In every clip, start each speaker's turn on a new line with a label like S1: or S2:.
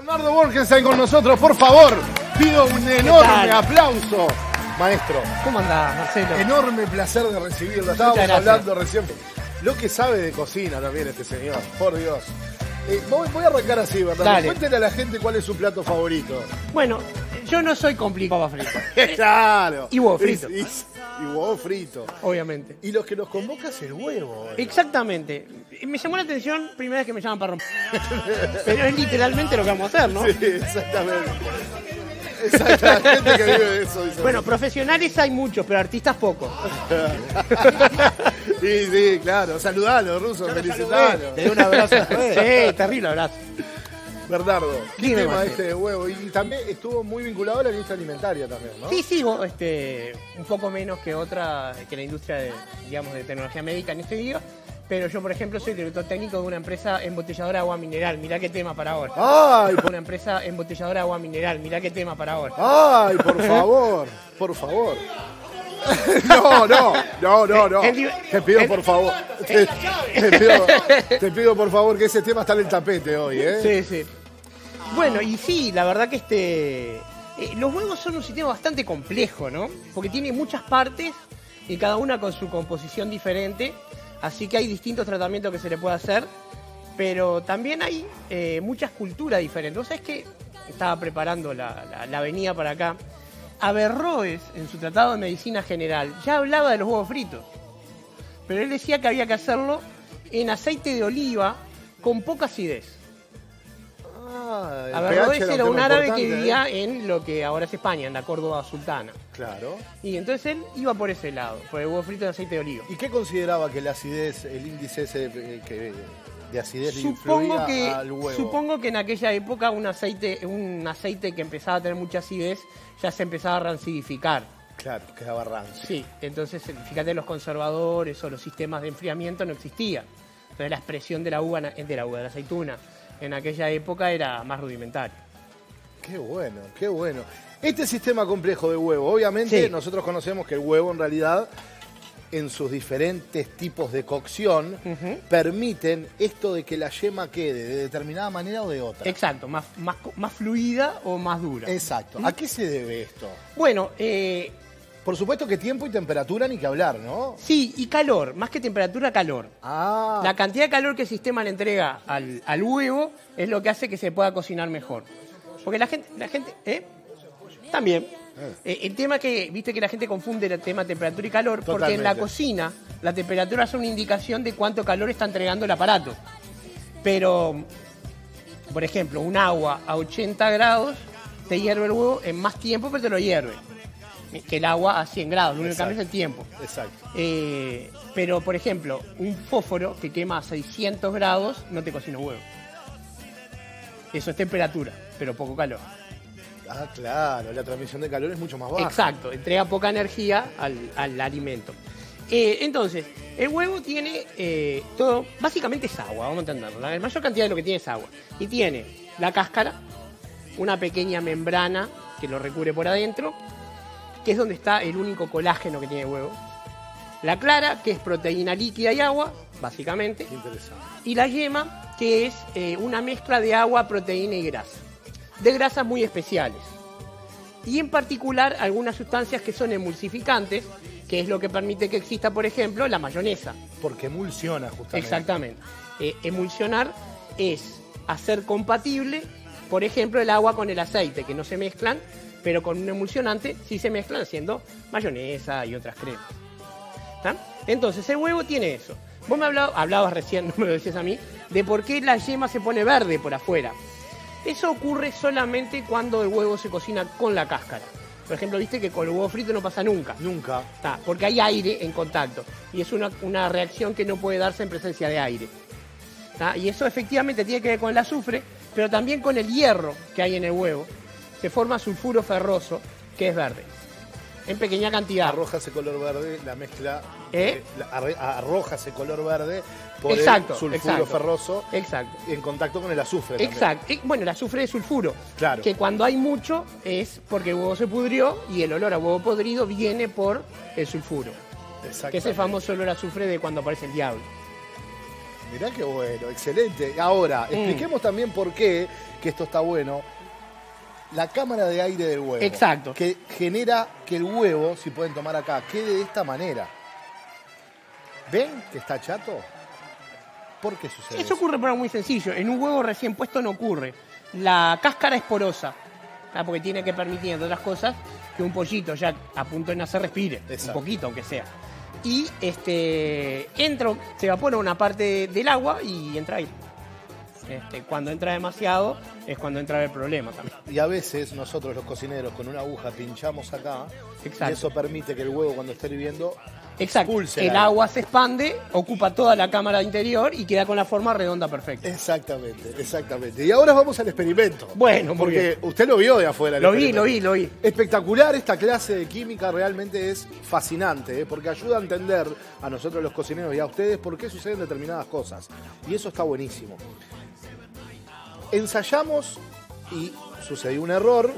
S1: Eduardo Borgenstein con nosotros, por favor. Pido un enorme
S2: tal?
S1: aplauso, maestro.
S2: ¿Cómo andás, Marcelo?
S1: Enorme placer de recibirlo. Estábamos
S2: gracias.
S1: hablando recién. Lo que sabe de cocina también este señor, por Dios. Eh, voy, voy a arrancar así, ¿verdad?
S2: Dale.
S1: Cuéntele a la gente cuál es su plato favorito.
S2: Bueno, yo no soy complicado para fritas,
S1: claro.
S2: Eh, Y huevo frito.
S1: Y, y huevo frito.
S2: obviamente.
S1: Y los que nos convoca es el huevo. eh.
S2: Exactamente. Me llamó la atención primera vez que me llaman para romper. Pero es literalmente lo que vamos a hacer, ¿no?
S1: Sí, exactamente. Exactamente, gente que vive de eso. dice.
S2: Bueno, profesionales hay muchos, pero artistas pocos.
S1: Sí, sí, claro. Saludalo, ruso, felicitalo.
S3: Te doy un abrazo.
S2: Sí, terrible abrazo.
S1: Bernardo, ¿qué
S2: Dime,
S1: tema
S2: Martín.
S1: este de huevo? Y también estuvo muy vinculado a la industria alimentaria también, ¿no?
S2: Sí, sigo este, un poco menos que otra, que la industria de, digamos, de tecnología médica en este día. Pero yo, por ejemplo, soy director técnico de una empresa embotelladora de agua mineral. Mirá qué tema para
S1: Ah.
S2: ahora.
S1: Ay, por,
S2: Una empresa embotelladora de agua mineral. Mirá qué tema para ahora.
S1: ay, por favor, por favor. No, no, no, no, no.
S2: El di-
S1: Te pido
S2: el-
S1: por favor. Te, te pido, te pido por favor que ese tema está en el tapete hoy, ¿eh?
S2: Sí, sí. Bueno, y sí, la verdad que este. eh, los huevos son un sistema bastante complejo, ¿no? Porque tiene muchas partes y cada una con su composición diferente. Así que hay distintos tratamientos que se le puede hacer. Pero también hay eh, muchas culturas diferentes. Vos sabés que estaba preparando la, la, la avenida para acá. Averroes, en su tratado de medicina general, ya hablaba de los huevos fritos pero él decía que había que hacerlo en aceite de oliva con poca acidez.
S1: Ay,
S2: A
S1: el
S2: ver,
S1: pH
S2: Rodés era un
S1: tema
S2: árabe que
S1: importante, ¿eh?
S2: vivía en lo que ahora es España, en la Córdoba sultana.
S1: Claro.
S2: Y entonces él iba por ese lado, por el huevo frito en aceite de oliva.
S1: ¿Y qué consideraba que la acidez, el índice ese eh, que- de acidez le
S2: Supongo
S1: influía
S2: que,
S1: al huevo?
S2: supongo que en aquella época un aceite, un aceite que empezaba a tener mucha acidez ya se empezaba a rancidificar.
S1: Claro, quedaba rancio.
S2: Sí, entonces fíjate los conservadores o los sistemas de enfriamiento no existían. Entonces la expresión de la uva, na- de la uva, de la aceituna, en aquella época era más rudimentaria.
S1: Qué bueno, qué bueno. Este sistema complejo de huevo, obviamente
S2: Sí.
S1: nosotros conocemos que el huevo en realidad en sus diferentes tipos de cocción permiten esto de que la yema quede de determinada manera o de otra.
S2: Exacto, más, más, más fluida o más dura. Mm.
S1: Exacto. ¿A qué se debe esto?
S2: Bueno, eh,
S1: Por supuesto que tiempo y temperatura ni que hablar, ¿no?
S2: sí, y calor, más que temperatura, calor.
S1: Ah,
S2: La cantidad de calor que el sistema le entrega al, al huevo es lo que hace que se pueda cocinar mejor. Porque la gente, la gente, ¿eh? También. Eh, el tema que, viste que la gente confunde el tema temperatura y calor, porque en la
S1: Totalmente.
S2: cocina la temperatura es una indicación de cuánto calor está entregando el aparato. Pero, por ejemplo, un agua a 80 grados te hierve el huevo en más tiempo, pero te lo hierve. Que el agua a 100 grados, lo único que cambia es el tiempo.
S1: exacto.
S2: Eh, pero, por ejemplo, un fósforo que quema a 600 grados no te cocina un huevo. Eso es temperatura, pero poco calor.
S1: Ah, claro, la transmisión de calor es mucho más baja.
S2: Exacto, entrega poca energía al, al alimento. Eh, entonces, el huevo tiene eh, todo, básicamente es agua, vamos a entenderlo. La mayor cantidad de lo que tiene es agua. Y tiene la cáscara, una pequeña membrana que lo recubre por adentro, que es donde está el único colágeno que tiene el huevo. La clara, que es proteína líquida y agua, básicamente.
S1: Qué interesante.
S2: Y la yema, que es eh, una mezcla de agua, proteína y grasa. De grasas muy especiales. Y en particular algunas sustancias que son emulsificantes, que es lo que permite que exista, por ejemplo, la mayonesa.
S1: Porque emulsiona justamente.
S2: Exactamente. Eh, emulsionar es hacer compatible, por ejemplo, el agua con el aceite, que no se mezclan, pero con un emulsionante sí se mezclan, siendo mayonesa y otras cremas. ¿Está? Entonces, el huevo tiene eso. Vos me hablabas, hablabas recién, no me lo decías a mí, de por qué la yema se pone verde por afuera. Eso ocurre solamente cuando el huevo se cocina con la cáscara. Por ejemplo, viste que con el huevo frito no pasa nunca.
S1: Nunca.
S2: Está, porque hay aire en contacto y es una, una reacción que no puede darse en presencia de aire. Está, Y eso efectivamente tiene que ver con el azufre, pero también con el hierro que hay en el huevo. Se forma sulfuro ferroso, que es verde, en pequeña cantidad.
S1: arroja ese color verde, la mezcla
S2: ¿Eh?
S1: la- arre- arroja ese color verde por
S2: Exacto,
S1: el sulfuro
S2: exacto.
S1: ferroso
S2: Exacto.
S1: en contacto con el azufre. también.
S2: Exacto. Y, Bueno, el azufre de sulfuro.
S1: Claro.
S2: Que cuando hay mucho es porque el huevo se pudrió y el olor a huevo podrido viene por el sulfuro.
S1: Exacto.
S2: Que es el famoso olor a azufre de cuando aparece el diablo.
S1: Mirá qué bueno, excelente. Ahora,
S2: Mm.
S1: expliquemos también por qué, que esto está bueno, la cámara de aire del huevo.
S2: Exacto.
S1: Que genera que el huevo, si pueden tomar acá, quede de esta manera. ¿Ven que está chato? ¿Por qué sucede
S2: Eso ocurre por algo muy sencillo. En un huevo recién puesto no ocurre. La cáscara es porosa. ¿tá? Porque tiene que permitir, entre otras cosas, que un pollito ya a punto de nacer respire.
S1: Exacto.
S2: Un poquito, aunque sea. Y este entra, se evapora una parte del agua y entra ahí. Este, cuando entra demasiado es cuando entra el problema también.
S1: Y a veces nosotros los cocineros con una aguja pinchamos acá y
S2: Exacto.
S1: eso permite que el huevo cuando esté hirviendo
S2: Exacto.
S1: Expulsa el
S2: el agua se expande, ocupa toda la cámara interior y queda con la forma redonda perfecta.
S1: Exactamente, exactamente. Y ahora vamos al experimento.
S2: Bueno, muy
S1: porque usted lo vio de afuera. el
S2: Lo vi,
S1: experimento.
S2: lo vi, lo vi.
S1: Espectacular esta clase de química, realmente es fascinante, ¿eh? porque ayuda a entender a nosotros los cocineros y a ustedes por qué suceden determinadas cosas. Y eso está buenísimo. Ensayamos y sucedió un error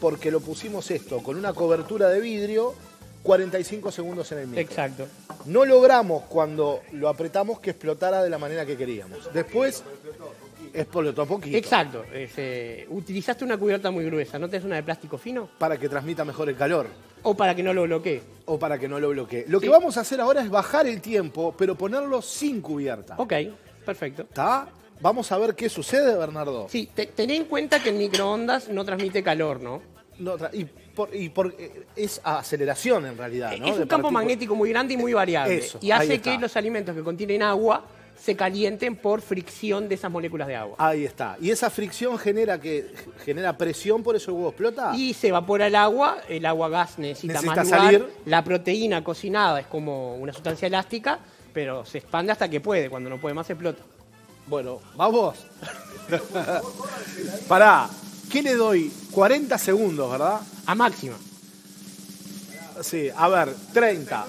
S1: porque lo pusimos esto con una cobertura de vidrio 45 segundos en el micro.
S2: Exacto.
S1: No logramos cuando lo apretamos que explotara de la manera que queríamos. Después explotó poquito.
S2: Exacto. Este, utilizaste una cubierta muy gruesa, ¿no tenés una de plástico fino?
S1: Para que transmita mejor el calor
S2: O para que no lo bloquee.
S1: o para que no lo bloquee. Lo
S2: Sí.
S1: que vamos a hacer ahora es bajar el tiempo, pero ponerlo sin cubierta.
S2: Ok, perfecto.
S1: ¿Está? Vamos a ver qué sucede, Bernardo.
S2: Sí, te- tené en cuenta que el microondas no transmite calor, ¿no?
S1: No, tra- y por- y por- eh, es aceleración en realidad, Ah, ¿no?
S2: Eh, es
S1: De
S2: un campo
S1: partículas.
S2: magnético muy grande y muy variable.
S1: Eso,
S2: y
S1: ahí
S2: hace
S1: está.
S2: que los alimentos que contienen agua se calienten por fricción de esas moléculas de agua.
S1: Ahí está. ¿Y esa fricción genera que genera presión, por eso el huevo explota?
S2: Y se evapora el agua, el agua gas necesita, más
S1: Ah. Necesita
S2: lugar.
S1: salir.
S2: La proteína cocinada es como una sustancia elástica, pero se expande hasta que puede. Cuando no puede más, explota.
S1: Bueno, vamos. Pará, ¿qué le doy? 40 segundos, ¿verdad?
S2: A máxima.
S1: Sí, a ver, 30.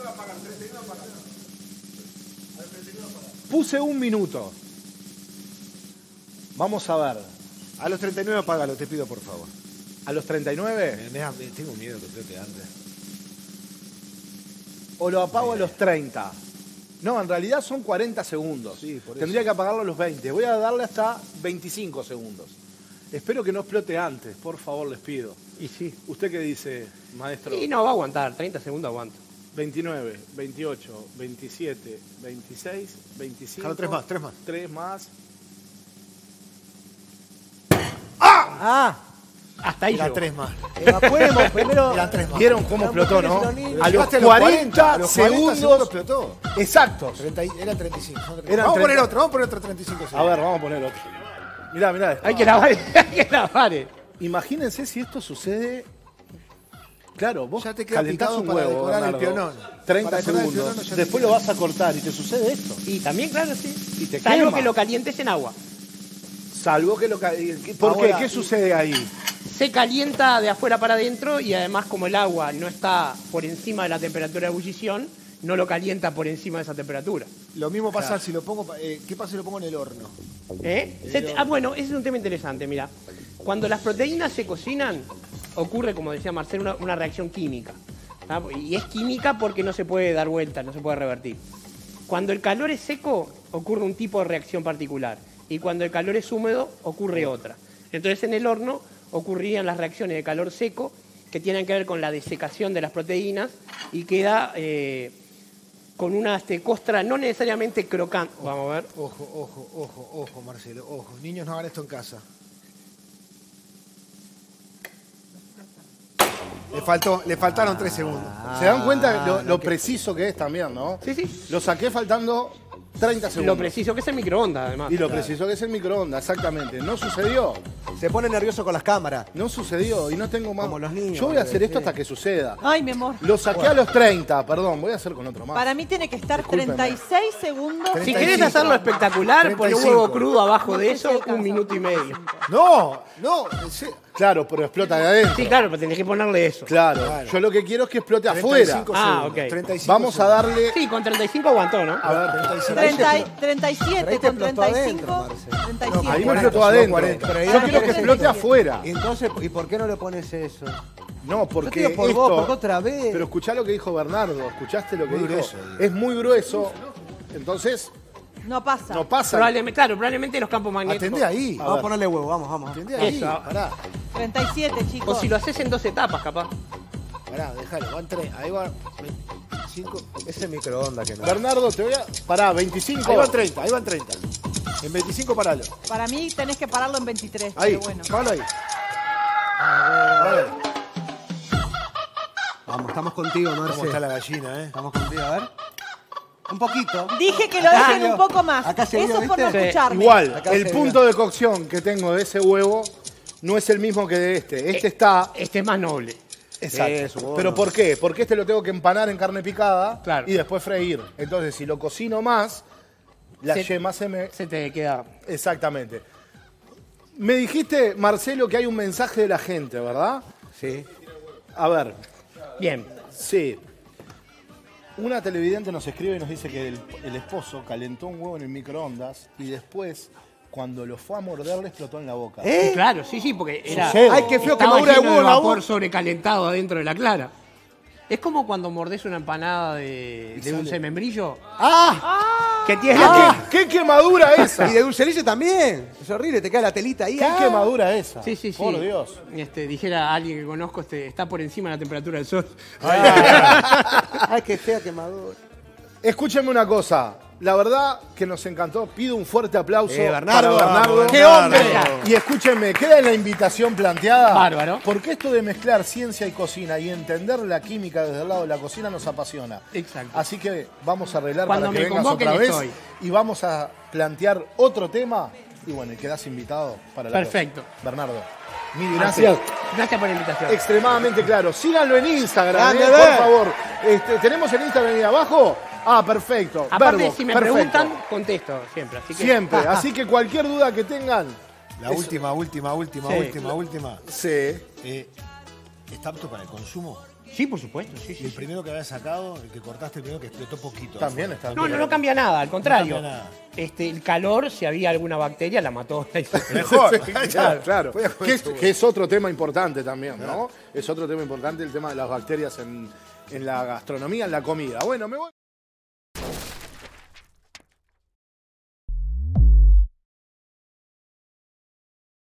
S1: Puse un minuto. Vamos a ver.
S3: A los 39 apágalo, te pido por favor.
S1: ¿A los 39?
S3: Me- me- Eh, me- Tengo miedo que explote antes.
S1: ¿O lo apago a los 30? No, en realidad son 40 segundos.
S3: Sí, por eso.
S1: Tendría que apagarlo a los 20. Voy a darle hasta 25 segundos. Espero que no explote antes, por favor, les pido.
S2: Y sí.
S1: ¿Usted qué dice, maestro?
S2: Y no va a aguantar, 30 segundos aguanta.
S1: 29, 28, 27, 26, 25.
S3: Claro, tres más, tres más.
S1: Tres más.
S4: Ah,
S2: Hasta ahí
S3: Eran
S2: llegó.
S3: tres más.
S4: evacuemos primero.
S3: Eran tres más.
S1: ¿Vieron cómo explotó, no? A los
S3: Llegaste
S1: 40,
S3: a los 40
S1: segundos
S3: explotó.
S1: exactos.
S3: 30 y- era 35. son 35.
S1: Eran
S3: vamos a poner
S1: 30.
S3: otro, vamos a poner otro 35 segundos.
S1: A ver, vamos a poner otro. Mirá, mirá. esto.
S2: Hay que lavar, hay que lavar. eh.
S1: Imagínense si esto sucede. Claro, vos
S3: Ya te queda
S1: calentás
S3: picado
S1: un
S3: para
S1: huevo,
S3: decorar el
S1: Bernardo,
S3: pionón.
S1: 30
S3: Para decorar el
S1: segundos.
S3: pionón ya
S1: Después
S3: te
S1: lo vas a cortar y te sucede esto.
S2: Y también, claro, sí.
S1: Y te
S2: Salvo
S1: quema.
S2: que lo calientes en agua.
S1: Salvo que lo ca- ¿Por
S3: Ahora-
S1: qué? ¿Qué sucede ahí?
S2: Se calienta de afuera para adentro y además como el agua no está por encima de la temperatura de ebullición, no lo calienta por encima de esa temperatura.
S3: Lo mismo pasa si lo pongo. pa- eh, ¿Qué pasa si lo pongo en el horno?
S2: ¿Eh? Se te- ah, bueno, ese es un tema interesante, mira. Cuando las proteínas se cocinan, ocurre, como decía Marcelo, una, una reacción química. ¿tá? Y es química porque no se puede dar vuelta, no se puede revertir. Cuando el calor es seco, ocurre un tipo de reacción particular. Y cuando el calor es húmedo, ocurre otra. Entonces, en el horno ocurrían las reacciones de calor seco que tienen que ver con la desecación de las proteínas y queda eh, con una este, costra no necesariamente crocante. Vamos a ver.
S3: Ojo, ojo, ojo, ojo, Marcelo, ojo. Niños no hagan esto en casa. Le, faltó, le faltaron tres segundos.
S1: ¿Se dan cuenta lo, lo preciso que es también, no?
S2: Sí, sí.
S1: Lo saqué faltando 30
S2: Lo
S1: segundos.
S2: preciso que es el microondas, además.
S1: y lo preciso que es el microondas, exactamente. No sucedió.
S4: Se pone nervioso con las cámaras.
S1: No sucedió y no tengo más.
S4: Como los niños,
S1: Yo voy a hacer
S4: sí.
S1: esto hasta que suceda.
S5: Ay, mi amor.
S1: Lo saqué a los 30, perdón, voy a hacer con otro más.
S5: Para mí tiene que estar
S1: Discúlpeme.
S5: 36 segundos.
S2: Si
S3: 35.
S2: querés hacerlo espectacular, pon un huevo
S3: 35.
S2: crudo abajo de
S5: No
S2: eso,
S5: sé si
S2: un minuto y medio.
S3: No, no, en serio.
S1: Claro, pero explota de adentro.
S2: Sí, claro, pero tenés que ponerle eso.
S1: Claro. yo lo que quiero es que explote afuera.
S3: 35
S2: Ah,
S3: segundos,
S2: ok.
S3: 35
S1: Vamos a
S3: segundos.
S1: darle.
S2: Sí, con 35 aguantó, ¿no?
S1: A ver,
S3: 35
S5: 30 y-
S3: segundos.
S5: 37
S4: Ahí te
S5: con
S4: explotó
S5: 35.
S4: adentro, Marce.
S1: ahí
S5: 37.
S1: me
S3: 40,
S1: explotó
S3: solo
S1: adentro.
S3: 40.
S4: Pero ahí
S1: Yo
S4: hay
S1: quiero que
S5: gente.
S1: explote afuera.
S4: Entonces, ¿y por qué no le pones eso?
S1: No,
S4: Yo te
S1: porque
S4: digo por
S1: esto.
S4: vos, porque otra vez.
S1: Pero escuchá lo que dijo Bernardo, escuchaste lo que
S3: Muy
S1: dijo.
S3: grueso, digo.
S1: es muy grueso. Entonces,
S5: No pasa.
S1: No pasa.
S2: Probablemente, claro, probablemente en los campos magnéticos.
S1: Atendé ahí.
S4: Vamos a ponerle huevo, vamos, vamos.
S1: Atendé ahí.
S2: Eso.
S1: Pará,
S5: 37,
S2: O
S5: chicos.
S2: si lo haces en dos etapas, capaz.
S3: Pará, déjalo, van tres. Ahí va. ve- Cinco.
S4: Ese microondas que no.
S1: Bernardo, te voy a. Pará, 25.
S3: Ahí van 30, ahí van 30. En 25 paralo.
S5: Para mí tenés que pararlo en 23.
S3: Ahí,
S5: Pero bueno.
S3: paralo ahí. A ver,
S4: Vamos, estamos contigo, Marce.
S3: ¿Cómo está la gallina, eh?
S4: Estamos contigo, a ver. Un poquito.
S5: Dije que lo
S4: Acá
S5: dejen
S4: vio.
S5: un poco más.
S4: Acá se vio,
S5: Eso por no
S4: ¿viste?
S2: Sí,
S5: escucharme.
S1: Igual,
S4: Acá
S1: el
S4: se
S1: punto de cocción que tengo de ese huevo no es el mismo que de este. Este
S2: Eh,
S1: está.
S2: Este es más noble.
S1: Exacto.
S4: Eso, vos
S1: Pero
S4: no.
S1: ¿por qué? Porque este lo tengo que empanar en carne picada
S2: Claro.
S1: y después freír. Entonces, si lo cocino más, la
S2: Se-
S1: yema se me.
S2: Se te queda.
S1: Exactamente. Me dijiste, Marcelo, que hay un mensaje de la gente, ¿verdad?
S4: Sí.
S1: A ver,
S2: Bien.
S1: sí. Una televidente nos escribe y nos dice que el, el esposo calentó un huevo en el microondas y después, cuando lo fue a morder, le explotó en la boca.
S4: ¿Eh?
S2: Claro, sí, sí, porque era.
S1: Sucede.
S4: Ay, qué feo que
S2: Estaba
S4: madura de
S2: lleno de
S4: huevo la
S2: vapor
S4: voz.
S2: sobrecalentado adentro de la clara. Es como cuando mordes una empanada de, de un semembrillo
S4: ¡Ah!
S2: que tiene.
S1: ¿Qué, qué quemadura esa?
S4: Y de dulcerillo también. Es horrible, te cae la telita ahí.
S1: ¿Qué
S4: ¡Ah!
S1: quemadura esa?
S2: Sí, sí, sí.
S1: Por Dios.
S2: Este, dijera a alguien que conozco, este, está por encima de la temperatura del sol.
S4: Ay, qué fea quemadura.
S1: Escúchame una cosa. La verdad que nos encantó. Pido un fuerte aplauso
S4: Eh, Bernardo,
S1: para Bernardo.
S4: vamos,
S2: ¡Qué hombre!
S1: Y escúchenme, queda en la invitación planteada.
S2: Bárbaro.
S1: Porque esto de mezclar ciencia y cocina y entender la química desde el lado de la cocina nos apasiona.
S2: Exacto.
S1: Así que vamos a arreglar
S2: Cuando
S1: para que
S2: me
S1: vengas
S2: convoquen,
S1: otra vez
S2: estoy.
S1: y vamos a plantear otro tema. Y bueno, y quedás invitado para la
S2: Perfecto.
S1: próxima. Bernardo, mil gracias.
S2: Gracias por la invitación.
S1: Extremadamente claro. Síganlo en Instagram,
S4: Grande,
S1: eh,
S4: Ber.
S1: por favor. Este, ¿Tenemos el Instagram ahí abajo? Ah, perfecto.
S2: Aparte,
S1: Verbo,
S2: si me
S1: perfecto.
S2: preguntan, contesto siempre. Así que, Ah.
S1: Siempre. Así que cualquier duda que tengan,
S3: La última, última, última,
S2: Sí.
S3: última, última.
S1: se...
S3: Eh, ¿Está apto para el consumo?
S2: Sí, por supuesto. Sí,
S3: Y
S2: sí,
S3: el
S2: sí.
S3: primero que había sacado, el que cortaste, el primero que explotó poquito.
S1: También está.
S2: No, no, no cambia nada, al contrario.
S3: cambia nada.
S2: Este, el calor, si había alguna bacteria, la mató.
S3: Mejor.
S1: Claro, claro. Que es, que es otro tema importante también, ¿no? Es otro tema importante el tema de las bacterias en, en la gastronomía, en la comida. Bueno, me voy.